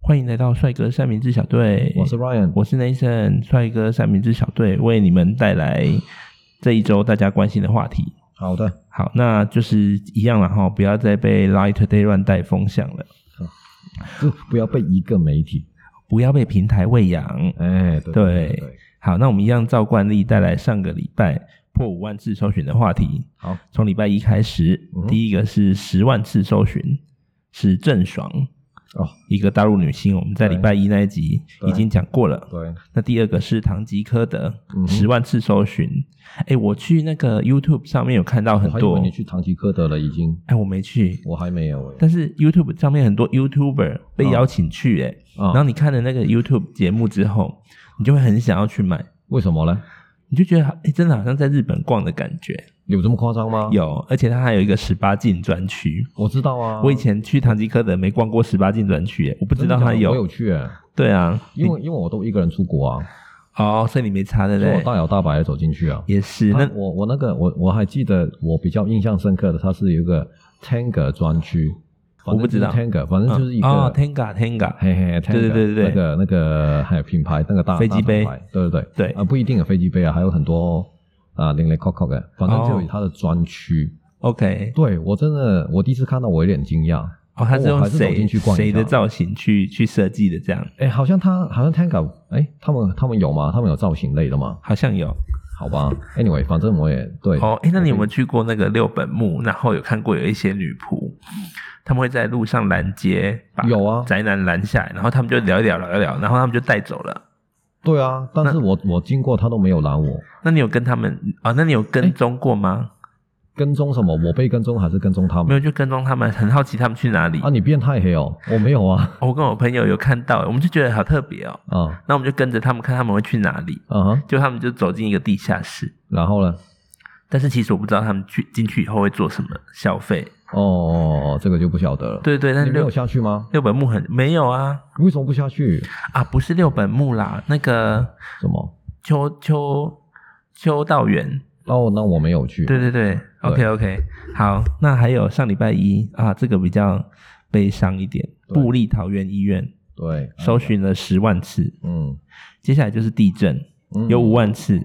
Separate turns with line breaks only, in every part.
欢迎来到帅哥三明治小队，
我是 Ryan，
我是 Nathan，帅哥三明治小队为你们带来这一周大家关心的话题。
好的，
好，那就是一样了哈，不要再被 Light Day 乱带风向了，
就不要被一个媒体，
不要被平台喂养。
哎，对
对好，那我们一样照惯例带来上个礼拜破五万次搜寻的话题。
好，
从礼拜一开始，
嗯哼
第一个是十万次搜寻，是郑爽，
哦，
一个大陆女星，我们在礼拜一那一集
对
已经讲过了。
对，
那第二个是唐吉诃德，
嗯哼
十万次搜寻。哎，我去那个 YouTube 上面有看到很
我还以
多
为，你去唐吉诃德了，已经，
哎，我没去，
我还没有哎，
但是 YouTube 上面很多 YouTuber 被邀请去、哎、
啊
然后你看了那个 YouTube 节目之后，你就会很想要去买，
为什么呢？
你就觉得哎、真的好像在日本逛的感觉。
有这么夸张吗？，
有，而且它还有一个十八禁专区。
我知道啊，
我以前去唐吉诃德没逛过十八禁专区、哎我不
不
知道它
有，
有。
我有去哎，
对啊，
因为因为我都一个人出国啊，
哦，所以你没查对不
所以我
对？
大摇大摆的走进去啊。
也是，
他
那
我我那个我我还记得我比较印象深刻的，它是有一个 Tanger 专区，
我不知道
Tanger，反正就是一个、
哦，Tenga Tenga，
嘿嘿，
对对对对
那个那个还有品牌那个大
飞机杯，
大品牌对对对
对
啊，不一定有飞机杯啊，还有很多啊零零扣扣的，反正
哦
就有它的专区。
OK，
对我真的，我第一次看到我有点惊讶，
哦，它是
我
用
还是走
谁
进去逛一下
谁的造型去去设计的？这样
哎，好像它好像 Tango，哎，他们他们有吗？他们有造型类的吗？
好像有。
好吧，Anyway，反正我也对
哦，哎，那你有没有去过那个六本木？然后有看过有一些女仆，他们会在路上拦截，把
有啊
宅男拦下来，然后他们就聊一聊，聊一聊，然后他们就带走了。
对啊，但是我我经过他都没有拦我，
那你有跟他们啊、那你有跟踪过吗？
跟踪什么？我被跟踪还是跟踪他
没
们？
有，就跟踪他们，很好奇他们去哪里。
啊，你变态黑哦，我没有啊，
我跟我朋友有看到，我们就觉得好特别哦。
啊
那我们就跟着他们看他们会去哪里，
啊哈，
就他们就走进一个地下室，
然后呢？
但是其实我不知道他们去进去以后会做什么消费。
哦哦，哦这个就不晓得了。
对对，但
你
是
没
六
有下去吗？
六本木很没有啊
为什么不下去？
啊，不是六本木啦，那个
什么？
秋秋秋道园。
哦，那我没有去。
对对对 o k OK，好，那还有上礼拜一啊，这个比较悲伤一点，
对嗯
布利桃园医院
对，
搜寻了十万次，
嗯，
接下来就是地震，
嗯
有五万次。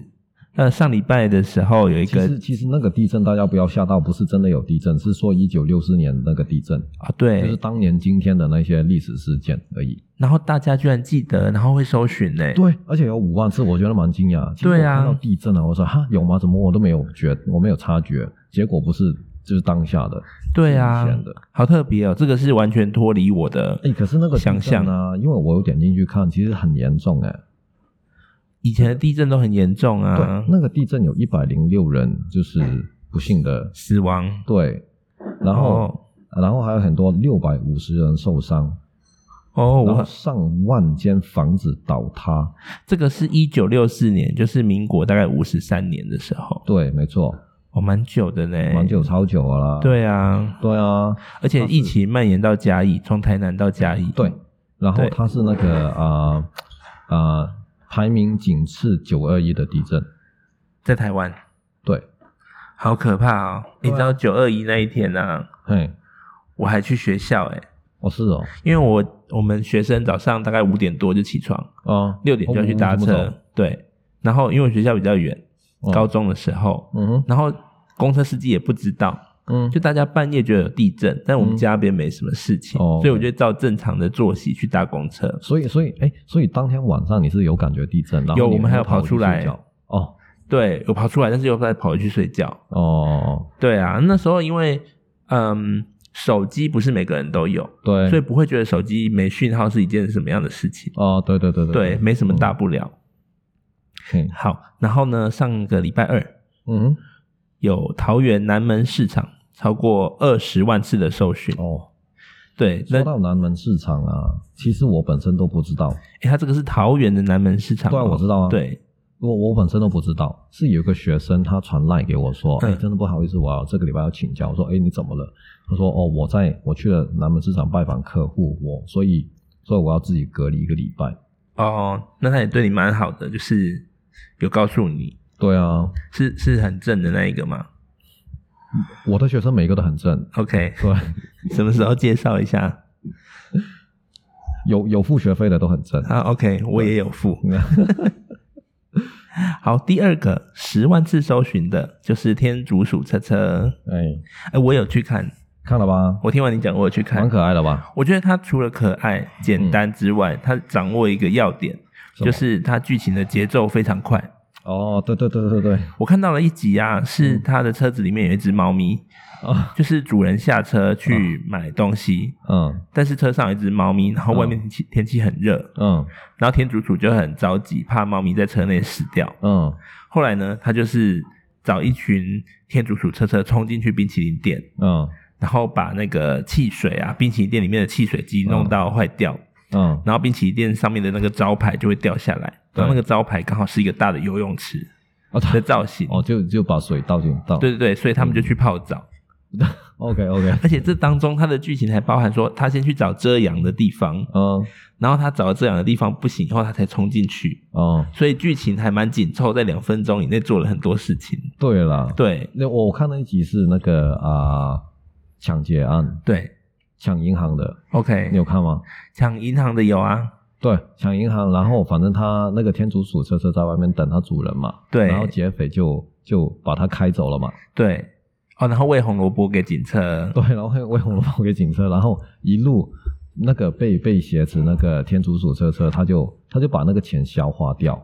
那上礼拜的时候有一
其
个
实其实那个地震大家不要吓到，不是真的有地震，是说一九六四年那个地震，
啊，
就是
对，
当年今天的那些历史事件而已。
然后大家居然记得，然后会搜寻呢、
对，而且有五万次，我觉得蛮惊讶。其实
对啊
我看到地震了，我说哈有吗？怎么我都没有觉，我没有察觉。结果不是就是当下的，
对
是以
啊
前的，
好特别哦，这个是完全脱离我的
哎，可是那个地震
想象
啊，因为我有点进去看，其实很严重哎。
以前的地震都很严重啊
对，，那个地震有一百零六人就是不幸的，
死亡，
对，然后、
哦
然后还有很多六百五十人受伤，
哦，
然后
我
上万间房子倒塌，
这个是一九六四年，就是民国大概五十三年的时候，
对，没错，
哦，蛮久的呢，
蛮久超久了啦，
对啊，
对啊，
而且疫情蔓延到嘉义，从台南到嘉义，
对，然后
对
它是那个啊啊、呃呃排名仅次九二一的地震，
在台湾，
对，
好可怕哦！你
啊
知道九二一那一天呢、啊，
嘿，
我还去学校哎、
哦是哦，
因为我我们学生早上大概五点多就起床，
啊
六点就要去搭车，，对，然后因为我学校比较远，
哦
高中的时候，
嗯哼，
然后公车司机也不知道，
嗯，
就大家半夜觉得有地震，但我们
嗯
家边没什么事情，
哦
所以我就照正常的作息去搭公车。
所以，所以，哎，所以当天晚上你是有感觉地震，然后
有
你
我们还有跑
去
出来
睡觉哦
对，我跑出来，但是又再跑回去睡觉。
哦，
对啊，那时候因为嗯，手机不是每个人都有，
对，
所以不会觉得手机没讯号是一件什么样的事情。
哦，对对对对
对，没什么大不了。
嗯
好，然后呢，上个礼拜二
嗯
有桃园南门市场超过二十万次的搜寻。
哦。
对，那
说到南门市场啊，其实我本身都不知道，
诶它这个是桃园的南门市场哦、
对啊我知道啊
对，
我我本身都不知道，是有一个学生他传赖给我说，哎、
嗯
真的不好意思，我要这个礼拜要请假。我说，哎，你怎么了？他说，哦，我在我去了南门市场拜访客户，我所以所以我要自己隔离一个礼拜。
哦，那他也对你蛮好的，就是有告诉你
对啊，
是是很正的那一个吗
我的 学生每个都很正，
？OK，
对。
什么时候介绍一下？
有有付学费的都很正。
啊，OK，我也有付。好，第二个十万次搜寻的就是天竺鼠车车，
哎，
哎、我有去看，
看了吧，
我听完你讲，我有去看
蛮，可爱的吧？
我觉得它除了可爱、简单之外，它掌握一个要点，
嗯什么
就是它剧情的节奏非常快。
哦，对对对对对，
我看到了一集啊，
嗯
是它的车子里面有一只猫咪，
啊，
就是主人下车去买东西，
嗯
但是车上有一只猫咪，然后外面天气、天气很热，
嗯
然后天竺鼠就很着急，怕猫咪在车内死掉。
嗯
后来呢，他就是找一群天竺鼠车车冲进去冰淇淋店，
嗯
然后把那个汽水啊，冰淇淋店里面的汽水机弄到坏掉，
嗯，
然后冰淇淋店上面的那个招牌就会掉下来，
对
然后那个招牌刚好是一个大的游泳池
哦，
的
他
造型。
哦，嗯就就把水倒进倒，
对对对，所以他们就去泡澡，
，OK OK，
而且这当中它的剧情还包含说，他先去找遮阳的地方，
嗯
然后他找到遮阳的地方不行以后，他才冲进去，
哦，
所以剧情还蛮紧凑，在两分钟以内做了很多事情。
对了，
对
那我看那一集是那个啊抢劫案，
对
抢银行的，
，OK，
你有看吗？
抢银行的有啊，
对，抢银行，然后反正他那个天竺鼠车车在外面等他主人嘛，
对
然后劫匪就就把他开走了嘛，
对，哦，然后喂红萝卜给警车，
对，然后会喂红萝卜给警车，然后一路那个被被挟持那个天竺鼠车车，他就他就把那个钱消化掉，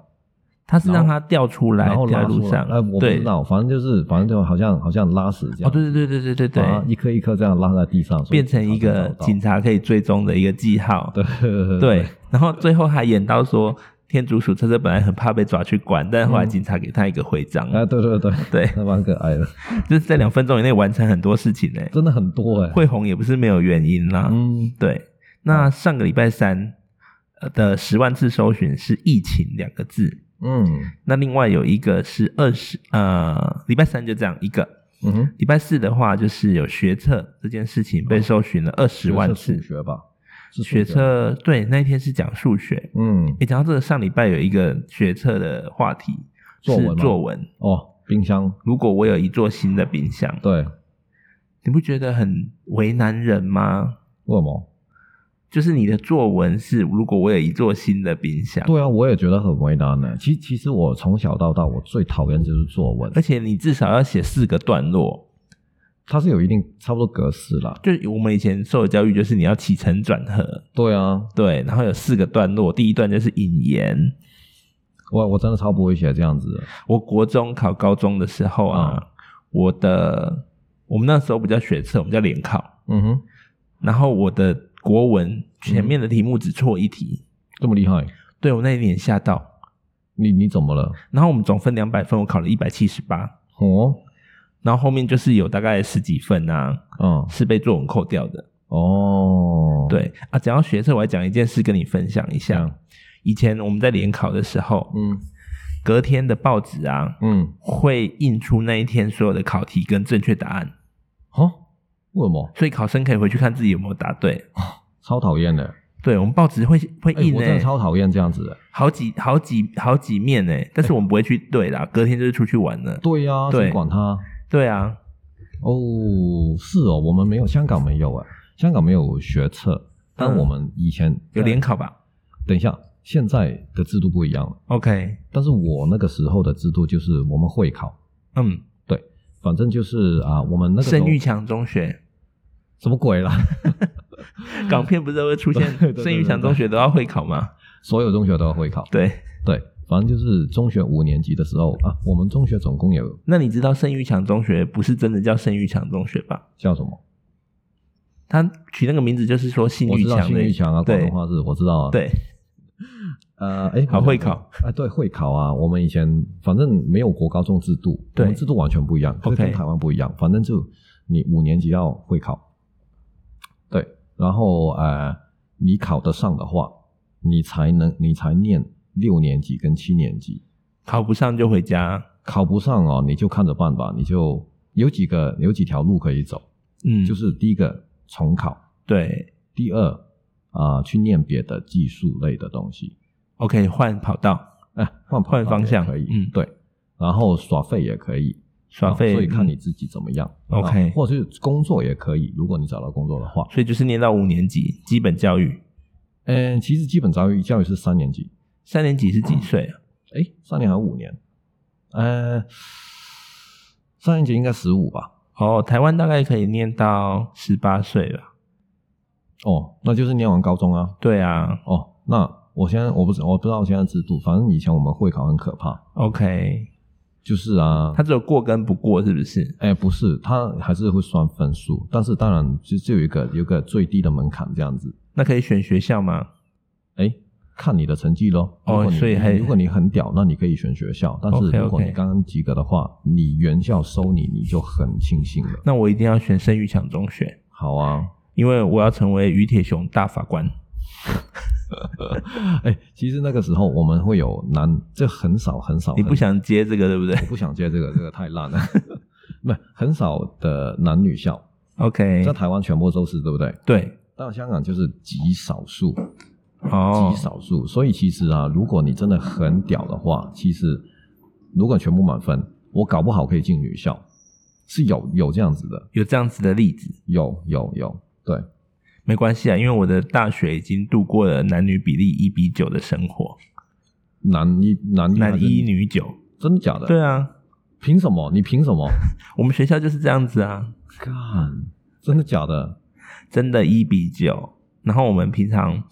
他是让它掉出来
然后，
掉
拉
在
出
路
来
上
呃，我，不
对
知，道，反正就是反正就好像好像拉屎这
哦，
样，
对对对对对对
把它
对，
一颗一颗这样拉在地啊上，所以
变成一个警
警
察可以追踪的一个记号，
察才找到，对
对，然后最后还演到说。天竺鼠车车本来很怕被抓去关，但
嗯
后来警察给他一个徽章，
啊对对对，
对，
那蛮可爱的，
就是在两分钟以内完成很多事情呢、
真的很多哎，
会红也不是没有原因啦。
嗯
对，那上个礼拜三呃的十万次搜寻是“疫情”两个字，
嗯
那另外有一个是二十呃，礼拜三就这样一个，
嗯哼，
礼拜四的话就是有学测这件事情被
哦
搜寻了二十万次
是，数学吧，是数
学
吗，
测对那一天是讲数学。
嗯
你讲到这个，上礼拜有一个学测的话题
作文
是
吗
作文。
哦，冰箱，
如果我有一座新的冰箱，
对，
你不觉得很为难人吗？
为什么？
就是你的作文是，如果我有一座新的冰箱，
对啊，我也觉得很为难呢。其其实我从小到大，我最讨厌就是作文，
而且你至少要写四个段落。
它是有一定差不多格式啦。
就我们以前受的教育，就是你要起承转合，
对啊，
对，然后有四个段落，第一段就是引言。
我我真的超不会写这样子的。
我国中考高中的时候啊，
嗯
我的我们那时候不叫学测，我们叫联考。
嗯哼，
然后我的国文前面的题目只错一题，
这么厉害，
对我那一年吓到。
你你怎么了？
然后我们总分两百分，我考了一百七十八，
哦，
然后后面就是有大概十几分啊
嗯，
是被作文扣掉的。
哦，，
对啊，讲到学测，我还讲一件事跟你分享一下。
嗯
以前我们在联考的时候，
嗯
隔天的报纸啊，
嗯，
会印出那一天所有的考题跟正确答案，
哦，为什么？
所以考生可以回去看自己有没有答对。
超讨厌的，
对我们报纸会会
哎，
印
我
呢、
真的超讨厌这样子的。
好几好几好几面呢、但是我们不会去对啦，隔天就是出去玩了。
对呀，
对
谁管他？
对啊，
哦，是哦，我们没有，香港没有哎，香港没有学测，但
嗯
我们以前呃
有联考吧
等一下，现在的制度不一样了。
？OK，
但是我那个时候的制度就是我们会考，
嗯，
反正就是啊，我们那个时候
盛玉强中学，
什么鬼啦？
港片不是都会出现
对对对
盛玉强中学都要会考吗？
所有中学都要会考，
对，
对，反正就是中学五年级的时候啊，我们中学总共有
那你知道盛玉强中学不是真的叫盛玉强中学吧？
叫什么？
他取那个名字就是说性
我
欲
知道
强
新
的
玉
意思，
强啊，广
对
东话是我知道啊，，
对，
呃，哎，
好
我想
会考
想哎，对，会考啊，我们以前反正没有国高中制度，
对
我们制度完全不一样，可是
OK
跟台湾不一样，反正就你五年级要会考，对，然后呃，你考得上的话，你才能你才念六年级跟七年级，
考不上就回家。
考不上哦，你就看着办吧，你就有几个有几条路可以走，
嗯，
就是第一个重考，
对
第二啊、去念别的技术类的东西，
，OK，换跑道，
哎，换跑道
换方向
也可以，
嗯
对，然后耍废也可以，
耍
啊
废。
所以看你
嗯，
自己怎么样
OK
啊或者是工作也可以，如果你找到工作的话，
所以就是念到五年级基本教育。
嗯，其实基本教育教育是三年级，
三年级是几岁啊？
哎，三年还是五年？呃，三年级应该十五吧？
哦，台湾大概可以念到十八岁吧？
哦，那就是念完高中啊。
对啊
哦，那我现在我不知我不知道现在制度，反正以前我们会考很可怕，
，OK，
就是啊，
他只有过跟不过是不是？
哎，不是，他还是会算分数，但是当然就就有一个有一个最低的门槛这样子，
那可以选学校吗？
哎，看你的成绩咯。
哦
如果你
所以还
如果你很屌，那你可以选学校，但是
OK，OK
如果你刚刚及格的话，你原校收你，你就很庆幸了。
那我一定要选生育强中学，
好啊，
因为我要成为于铁雄大法官。
哎，其实那个时候我们会有男，这很少很少，
你不
很
想接这个对不对
我不想接这个，这个太烂了。 没很少的男女校，
？OK，
在台湾全部都是，对不对？
对，
但香港就是极少数，
哦
极，少数。所以其实啊，如果你真的很屌的话，其实如果全部满分，我搞不好可以进女校，是有有这样子的，
有这样子的例子，
有有有，对。
没关系啊，因为我的大学已经度过了男女比例一比九的生活，
男一男一还
男
是
一女九。
真的假的？
对，啊，
凭什么？你凭什么？
我们学校就是这样子啊，
干，真的假的？
真的一比九。然后我们平常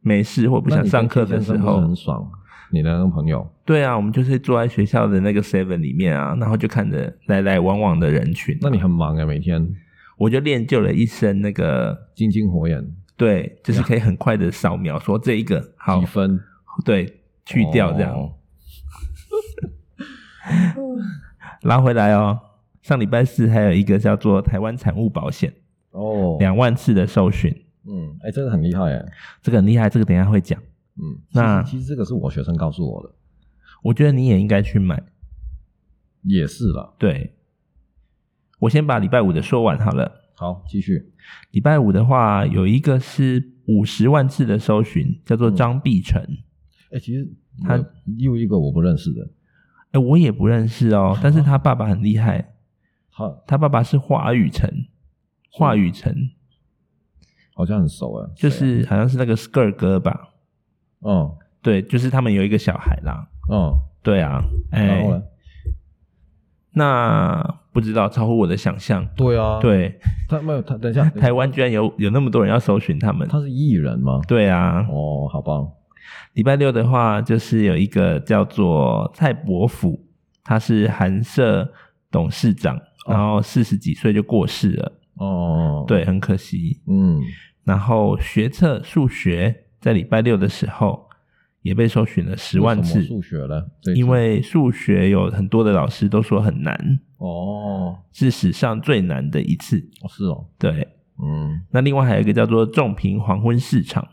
没事或不
那
想
你
上
跟
课
K
的
先
时
生不是
候
很，爽。你的那个朋友，
对啊，我们就是坐在学校的那个 seven 里面啊，然后就看着来来往往的人群。
那你很忙哎、每天
我就练就了一身那个，
金睛火眼，
对，就是可以很快的扫描说这一个好
几，分
对，去掉这样。
哦
拉回来哦。上礼拜四还有一个叫做台湾产物保险，
哦，
两万次的受训，
嗯，哎、真的很厉害哎、
这个很厉害，这个等一下会讲。
嗯，
那
其实其实这个是我学生告诉我的，
我觉得你也应该去买。
也是啦。
对，我先把礼拜五的说完好了。
好，继续。
礼拜五的话，有一个是五十万次的搜寻，叫做张碧晨。
哎、其实
他
他又一个我不认识的，
哎、我也不认识哦，但是他爸爸很厉害，
他
他爸爸是华语城，华语城
好像很熟哎、
就
谁啊
是好像是那个 Skr 哥吧？
嗯
对，就是他们有一个小孩啦。
嗯，
对啊，哎、
然后呢？
那不知道，超乎我的想象。
对啊，，
对，
他没有他，等一下，
台湾居然有有那么多人要搜寻他们。
他是艺人吗？
对啊，
哦，好吧，
礼拜六的话，就是有一个叫做蔡伯甫，他是韩社董事长，然后四十几岁就过世了，
哦，，
对，很可惜。
嗯，
然后学测数学在礼拜六的时候也被搜寻了十万
为什么
次，
数学呢？这一次
因为数学有很多的老师都说很难，
哦，
是史上最难的一次。
是哦，
对，
嗯，
那另外还有一个叫做“重平黄昏市场”，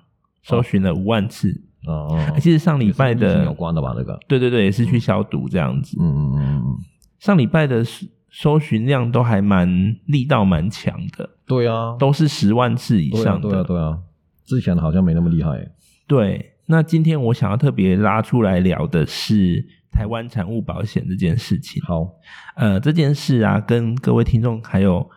搜寻了五万次。
哦，
欸其实上礼拜
也是跟疫情有
的，
关的吧？这个，
对对对，也是去消毒这样子。
嗯嗯嗯嗯，
上礼拜的搜搜寻量都还蛮力道蛮强的，
对啊，
都是十万次以
对啊
上
对啊
的。
对啊，之前好像没那么厉害欸。
对，那今天我想要特别拉出来聊的是台湾产物保险这件事情。
好，
呃，这件事啊，跟各位听众还有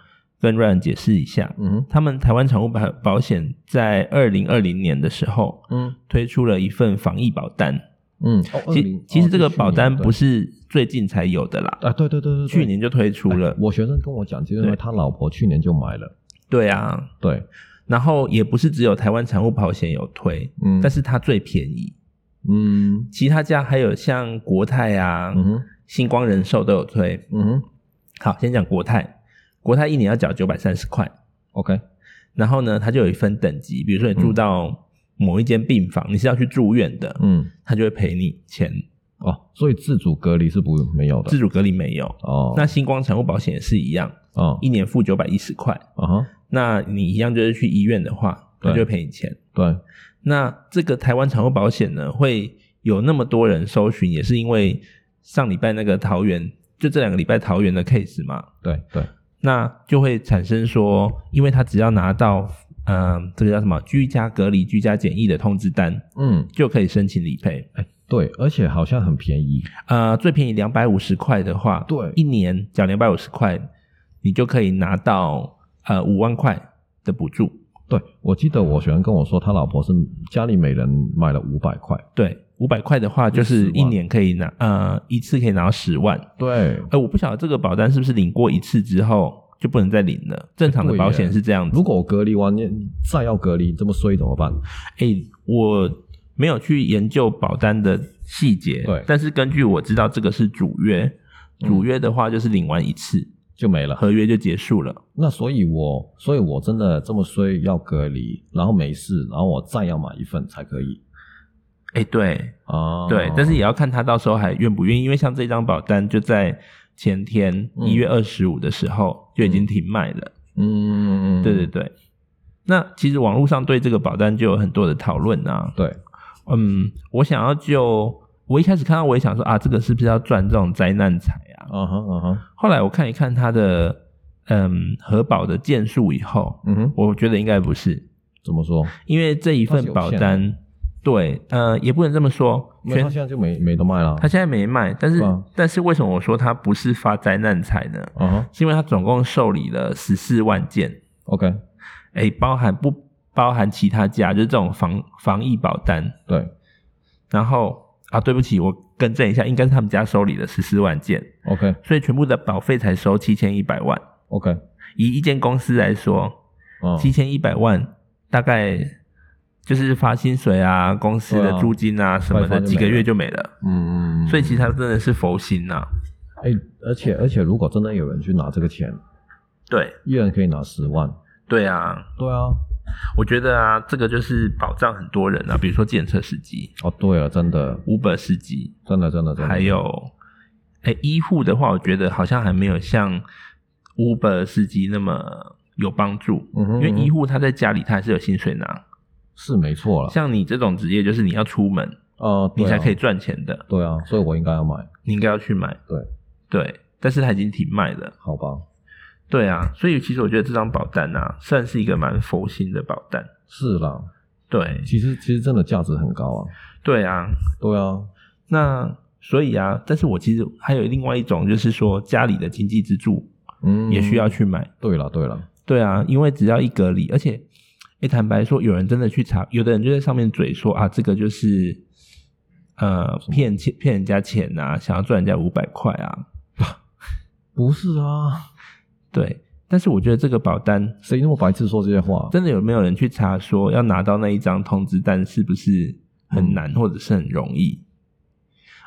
跟 Ryan 解释一下，
嗯哼
他们台湾产物保保险在二零二零年的时候，
嗯
推出了一份防疫保单。
嗯，哦
其
20
其实
哦
这个
去
保
年
单
对
不是最近才有的啦，
啊，对对对对，对
去年就推出
哎
了。
我学生跟我讲，就是因为
对
他老婆去年就买了，
对啊，
对，
然后也不是只有台湾产物保险有推，
嗯，
但是它最便宜。
嗯
其他家还有像国泰啊、
嗯哼
星光人寿都有推。
嗯哼
好，先讲国泰，国泰一年要缴九百三十块，
，OK，
然后呢，它就有一分等级，比如说你住到某一间病房，你是要去住院的，
嗯，
它就会赔你钱。
哦，所以自主隔离是不没有的
自，主隔离没有。
哦，
那星光产物保险也是一样，
哦
一年付九百一十块，
啊哈，
那你一样就是去医院的话，他
对
就会赔你钱。
对，
那这个台湾产后保险呢，会有那么多人搜寻，也是因为上礼拜那个桃园，就这两个礼拜桃园的 case 嘛，
对对，
那就会产生说，因为他只要拿到嗯、呃这个叫什么居家隔离、居家检疫的通知单，
嗯，
就可以申请理赔。
哎，对，而且好像很便宜，
呃，最便宜两百五十块的话，
对
一年缴两百五十块，你就可以拿到呃五万块的补助。
对，我记得我喜欢跟我说，他老婆是家里每人买了五百块。
对，五百块的话就是
10
一
万
年可以拿呃一次可以拿到十万。
对，
哎、我不晓得这个保单是不是领过一次之后就不能再领了，正常的
对
保险
耶
是这样子。
如果我隔离完，你再要隔离，这么衰怎么办？
哎、我没有去研究保单的细节，
对
但是根据我知道，这个是主约，
嗯
主约的话就是领完一次，
就没了。
合约就结束了。
那所以我，所以我真的这么衰要隔离，然后没事，然后我再要买一份才可以
哎、对
啊。
对，但是也要看他到时候还愿不愿意，因为像这张保单就在前天
嗯
一月二十五的时候就已经停卖了。
嗯，
对对对。那其实网络上对这个保单就有很多的讨论啊，
对，
嗯，我想要就我一开始看到我也想说啊，这个是不是要赚这种灾难财啊？
啊哈啊哈，
后来我看一看它的嗯核保的件数以后，
嗯哼，
我觉得应该不是，
怎么说？
因为这一份保
它是有
单，对，呃，也不能这么说，
没有他
全
现在就没没得卖了。
它现在没卖，但是、
是吧
但是为什么我说它不是发灾难财呢？
啊哈
是因为它总共受理了十四万件，
，OK，
哎，包含不包含其他家，就是这种防防疫保单，
对
然后啊，对不起，我更正一下，应该是他们家收理了十四万件，
，OK
所以全部的保费才收七千一百万。
OK，
以一间公司来说，
啊，
七千一百万大概就是发薪水啊、公司
对
的
啊
租金啊什么
快发
的，
就没
几个
了
月就没了。
嗯，嗯
所以其实它真的是佛心呐、
哎，而且而且，如果真的有人去拿这个钱，
对
一人可以拿十万。
对啊，
对啊，
我觉得啊，这个就是保障很多人啊，比如说检测司机、
哦，对了，真的，
Uber 司机，
真的，真的，真的，
还有，哎、医护的话，我觉得好像还没有像 Uber 司机那么有帮助，
嗯哼，
因
因
为医护他在家里他还是有薪水拿。
是没错了，
像你这种职业，就是你要出门，
啊，
你
对啊
才可以，赚钱的，
对啊，所以我应该要买，
你应该要去买。
对
对，但是他已经停卖了。
好吧？
对啊，所以其实我觉得这张保单啊，算是一个蛮佛心的保单。
是啦，
对，
其实其实真的价值很高啊，
对啊，
对啊，
那所以啊，但是我其实还有另外一种，就是说家里的经济支柱
嗯，
也需要，去买。
对了，对了，
对啊，因为只要一隔离，而且，哎，坦白说，有人真的去查，有的人就在上面嘴说啊，这个就是呃骗钱骗人家钱啊，想要赚人家五百块啊，
不是啊，
对。但是我觉得这个保单
谁那么白痴说这些话？
真的有没有人去查说要拿到那一张通知单是不是
嗯
很难或者是很容易？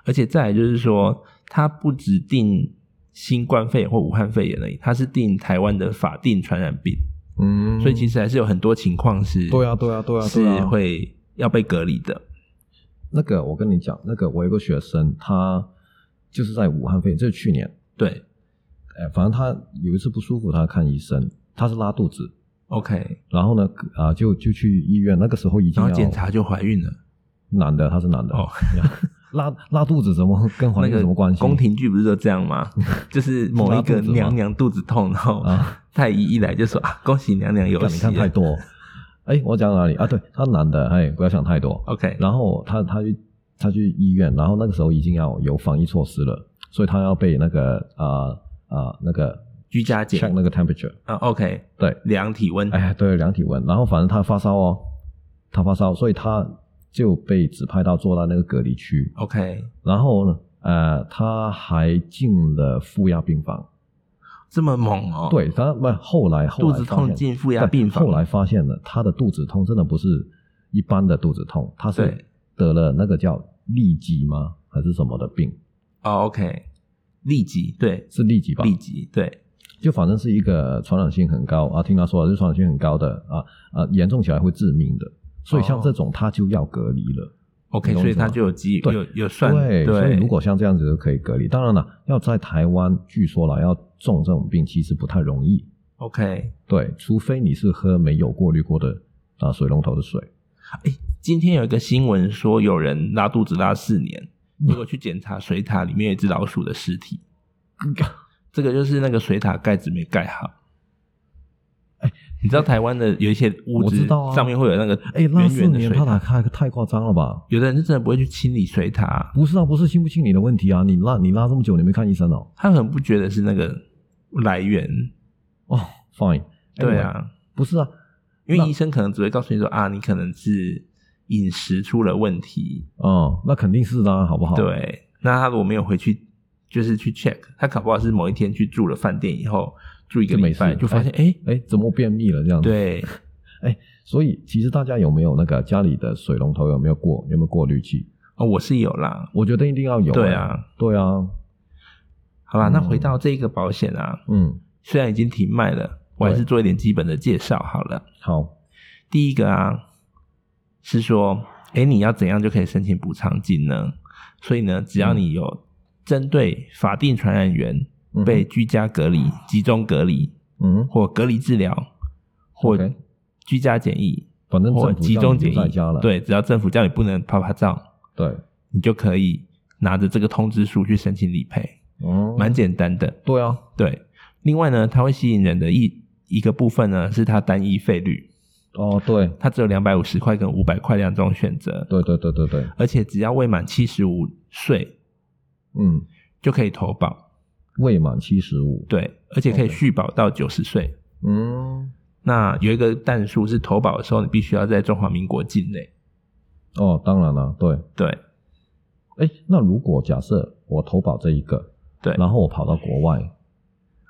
而且再来就是说，它不只定新冠肺炎或武汉肺炎而已，它是定台湾的法定传染病，
嗯，
所以其
实
实还是有很多情况是
对啊，对啊，对啊，对
是
啊，
会要被隔离的。
那个，我跟你讲，那个我有个学生，他就是在武汉肺炎，就是去年，
对
哎，反正他有一次不舒服，他看医生，他是拉肚子，
，OK，
然后呢，啊、就就去医院，那个时候已经
然后
要
检查就怀孕了，
哦男的，他是男的，
哦
拉拉肚子怎么跟怀
那
孕有
个
什么关系？
宫廷剧不是都这样 吗？就是某一个娘娘肚子痛，然后
啊，
太医一来就说啊，恭喜娘娘有
看你
喜
看太
了。
多。 哎，我讲哪里啊？对，他男的，哎，不要想太多。
OK，
然后他他去他去医院，然后那个时候已经要有防疫措施了，所以他要被那个啊啊、那个
居家检
check 那个 temperature，
啊，OK，
对，
量体温。
哎，对，量体温，然后反正他发烧哦，他发烧，所以他就被指派到坐到那个隔离区，
OK，
然后呢，呃，他还进了负压病房，
这么猛哦。，
对，他不后来后
肚
来
子
发
痛
现
进负压病房
对后来发现了他的肚子痛真的不是一般的肚子痛，他
对
是得了那个叫痢疾吗？还是什么的病？
哦，OK，痢疾，对，
是痢疾吧？
痢疾，对，
就反正是一个传染性很高啊，听他说的是传染性很高的啊啊，严重起来会致命的。所以像
哦
这种他就要隔离了。
OK，
你懂
所以他
什么
就有机
对
有有算
对，所以
哦对
如果像这样子就可以隔离。当然了，要在台湾，据说了要中这种病其实不太容易。
OK，
对，除非你是喝没有过滤过的啊水龙头的水。
哎今天有一个新闻说，有人拉肚子拉四年，结果去检查水塔里面有一只老鼠的尸体，嗯这个就是那个水塔盖子没盖好。你知道台湾的有一些屋
哎我
子
知道啊
上面会有那个
哎，那
圆
四
圆的水
年他
塔，
打开太夸张了吧？
有的人是真的不会去清理水塔，
不是啊，不是清不清理的问题啊，你拉你拉这么久，你没看医生哦？
他可能不觉得是那个来源。
哦，fine，
对，啊，
不是啊，
因因
那
为医生可能只会告诉你说啊，你可能是饮食出了问题，
哦，那肯定是啦、好不好？，
对，那他如果没有回去，就是去 check，他搞不好是某一天去住了饭店以后住一个
就没
礼拜，
事
就发现哎、诶
哎，怎么便秘了这样子？，
对，
所以其实大家有没有那个家里的水龙头有没有过有没有过滤器？
哦，我是有啦，
我觉得一定要有、
对啊，
对啊，
好啦，那回
嗯
到这个保险啊，
嗯，
虽然已经停卖了，我还
对
是做一点基本的介绍好了。
好，
第一个啊，是说，哎，你要怎样就可以申请补偿金呢？所以呢，只要你有针对法定传染源
嗯
被居家隔离、集中隔离
嗯，
或隔离治疗或
OK
居家检疫
反正
或
政府
集
叫
中
你留
检
在
疫
家了，，
对，只要政府叫你不能啪啪照，
对，
你就可以拿着这个通知书去申请理赔，
哦、
蛮简单的。
对啊，
对，另外呢，它会吸引人的一一个部分呢，是它单一费率。
哦，对，
它只有两百五十块跟五百块两种选择，
对对对对对，
而且只要未满七十五岁
嗯，
就可以投保，
未满七十五，
对，而且可以
OK
续保到九十岁。
嗯，
那有一个但书是投保的时候，你必须要在中华民国境内。
哦，当然了，对，
对
哎，那如果假设我投保这一个，
对，
然后我跑到国外，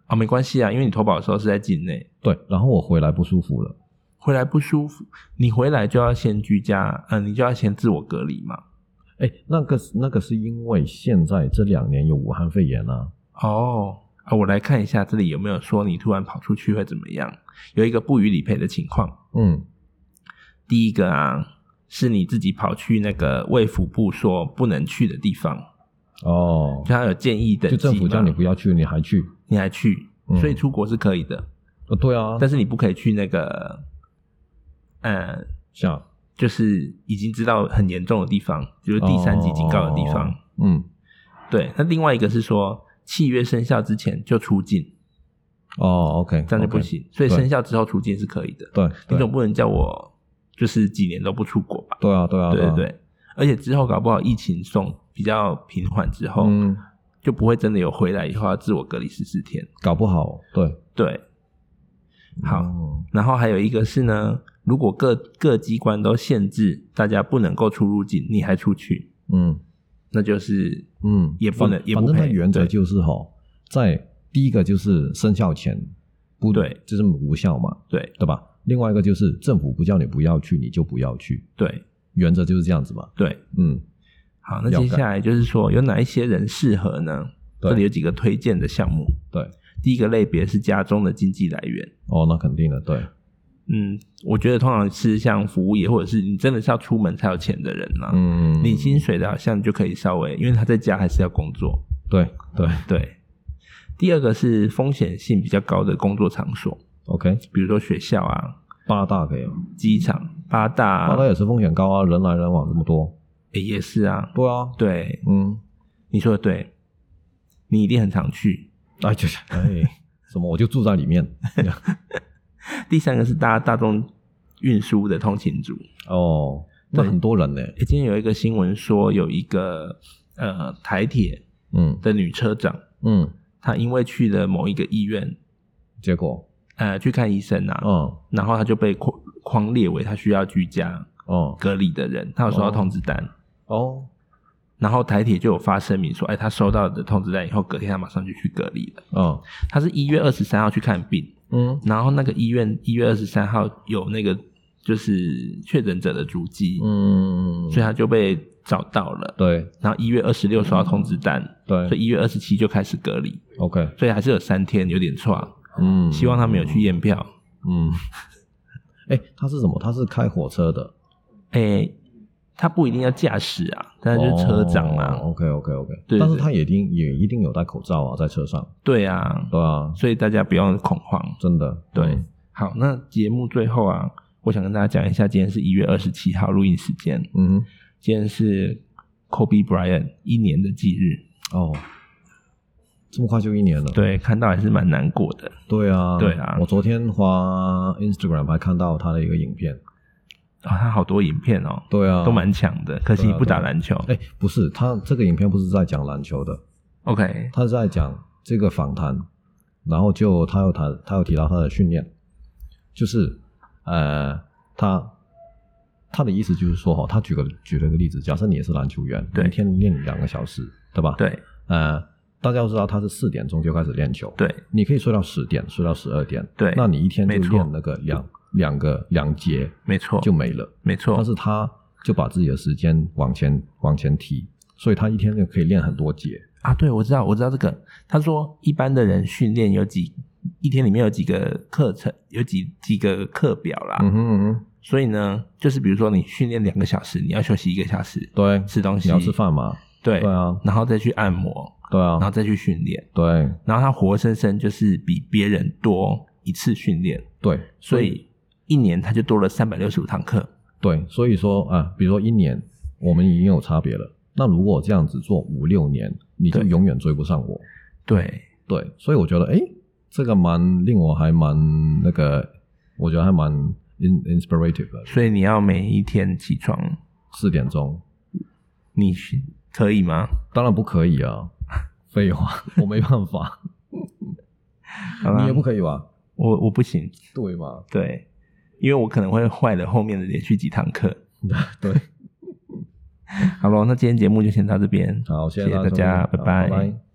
啊，没关系啊，因为你投保的时候是在境内，
对，然后我回来不舒服了，
回来不舒服，你回来就要先居家，嗯、你就要先自我隔离嘛。
哎，那个是那个是因为现在这两年有武汉肺炎啊，
哦，啊，我来看一下这里有没有说你突然跑出去会怎么样，有一个不予理赔的情况。
嗯，
第一个啊，是你自己跑去那个卫福部说不能去的地方，
哦，
就他有建议等级嘛
就政府叫你不要去，你还去，
你还去，
嗯
所以出国是可以的，
呃，对啊，
但是你不可以去那个，呃，
像
就是已经知道很严重的地方，就是第三级警告的地方。
哦嗯，
对，那另外一个是说契约生效之前就出境，
哦，OK，
这样就不
OK，
行所以
对
生效之后出境是可以的。
对，
你
对
总不能叫我就是几年都不出国吧？
对啊，对啊，
对
啊
对，对，而且之后搞不好疫情送比较平缓之后，
嗯，
就不会真的有回来以后要自我隔离十四天。
搞不好，对，
对，好，
嗯
然后还有一个是呢，如果各各机关都限制大家不能够出入境，你还出去，
嗯
那就是
嗯，
也不能
反
也不
反正它
赔
原则
对
就是哈，在第一个就是生效前不
对，
就是无效嘛，
对
对吧？另外一个就是政府不叫你不要去，你就不要去，
对
原则就是这样子嘛。
对。
嗯，
好，那
了
接
解
下来就是说有哪一些人适合呢？
对
这里有几个推荐的项目。
对，
第一个类别是家中的经济来源，
哦，那肯定的，对，
嗯，我觉得通常是像服务业或者是你真的是要出门才有钱的人啦、
嗯，
领薪水的，好像就可以稍微，因为他在家还是要工作。
对对
对，第二个是风险性比较高的工作场所，
，OK，
比如说学校啊、
八大可以啊，
机场、八大、
八
啊
大也是风险高啊，人来人往这么多，
诶也是啊。
对啊，
对，
嗯，
你说的对，你一定很常去。
哎就是 哎，什么我就住在里面，
第三个是搭大众运输的通勤族。
哦，那
对
很多人呢，
诶今天有一个新闻说，有一个呃台铁
嗯
的女车长，
嗯，
她因为去了某一个医院，
结果，
呃，去看医生啊，
嗯
然后她就被框框列为她需要居家
哦
隔离的人，她有收到通知单。
哦，
然后台铁就有发声明说，哎，他收到的通知单以后，隔天他马上就去隔离了。
嗯
他是一月二十三号去看病，
嗯
然后那个医院一月二十三号有那个就是确诊者的足迹，
嗯，
所以他就被找到了。
对
然后一月二十六收到通知单，所
对
以一月二十七就开始隔离，
，OK，
所以还是有三天有点错。
嗯，
希望他没有去验票。
嗯， 哎，他是什么？他是开火车的，
哎，他不一定要驾驶啊，但是就是车长啊，
OK OK OK，
对对
哦但是他也一定也一定有戴口罩啊，在车上，
对啊，
对啊，
所以大家不用恐慌。
真的，
对
嗯，
好，那节目最后啊，我想跟大家讲一下，今天是一月二十七号录音时间，
嗯
今天是 Kobe Bryant 一年的忌日，
哼，哦，这么快就一年了，
对，看到还是蛮难过的。
对啊，
对啊
我昨天花 Instagram 还看到他的一个影片，
啊、他好多影片哦，
对啊，
都蛮强的，可惜
对啊
不打篮球。
哎，不是，他这个影片不是在讲篮球的，
OK，
他是在讲这个访谈，然后就他又谈，他又提到他的训练，就是呃，他他的意思就是说哈，他举个举了个例子，假设你也是篮球员，
对
一天练两个小时，对吧？，
对
呃，大家都知道他是四点钟就开始练球，
对
你可以睡到十点，睡到十二点，
对
那你一天就
没错
练那个两两个两节
没错，
就没了，
没错
但，是他就把自己的时间往前往前提，所以他一天就可以练很多节，
啊，对，我知道，我知道这个。他说，一般的人训练有几一天里面有几个课程，有几几个课表啦。
嗯哼嗯哼，
所以呢，就是比如说你训练两个小时，你要休息一个小时，
对，
吃东西，
你要吃饭嘛，
对，
对啊，
然后再去按摩，
对
然后
啊，
再去训练，
对
然后他活生生就是比别人多一次训练，
对，
所
嗯
以一年他就多了三百六十五堂课。
对，所以说啊，比如说一年，我们已经有差别了。那如果这样子做五六年，你就
对
永远追不上我。
对，
对，所以我觉得，哎，这个蛮令我还蛮那个，我觉得还蛮 in inspirative 的。
所以你要每一天起床，
四点钟，
你可以吗？
当然不可以啊，废话，我没办 法，
好吧
你也不可以吧？
我我不行，
对嘛？
对，因为我可能会坏了后面的连续几堂课。
对，
好了，那今天节目就先到这边，
好，谢
谢
大
大
家
家
收听，
拜
好拜
拜
拜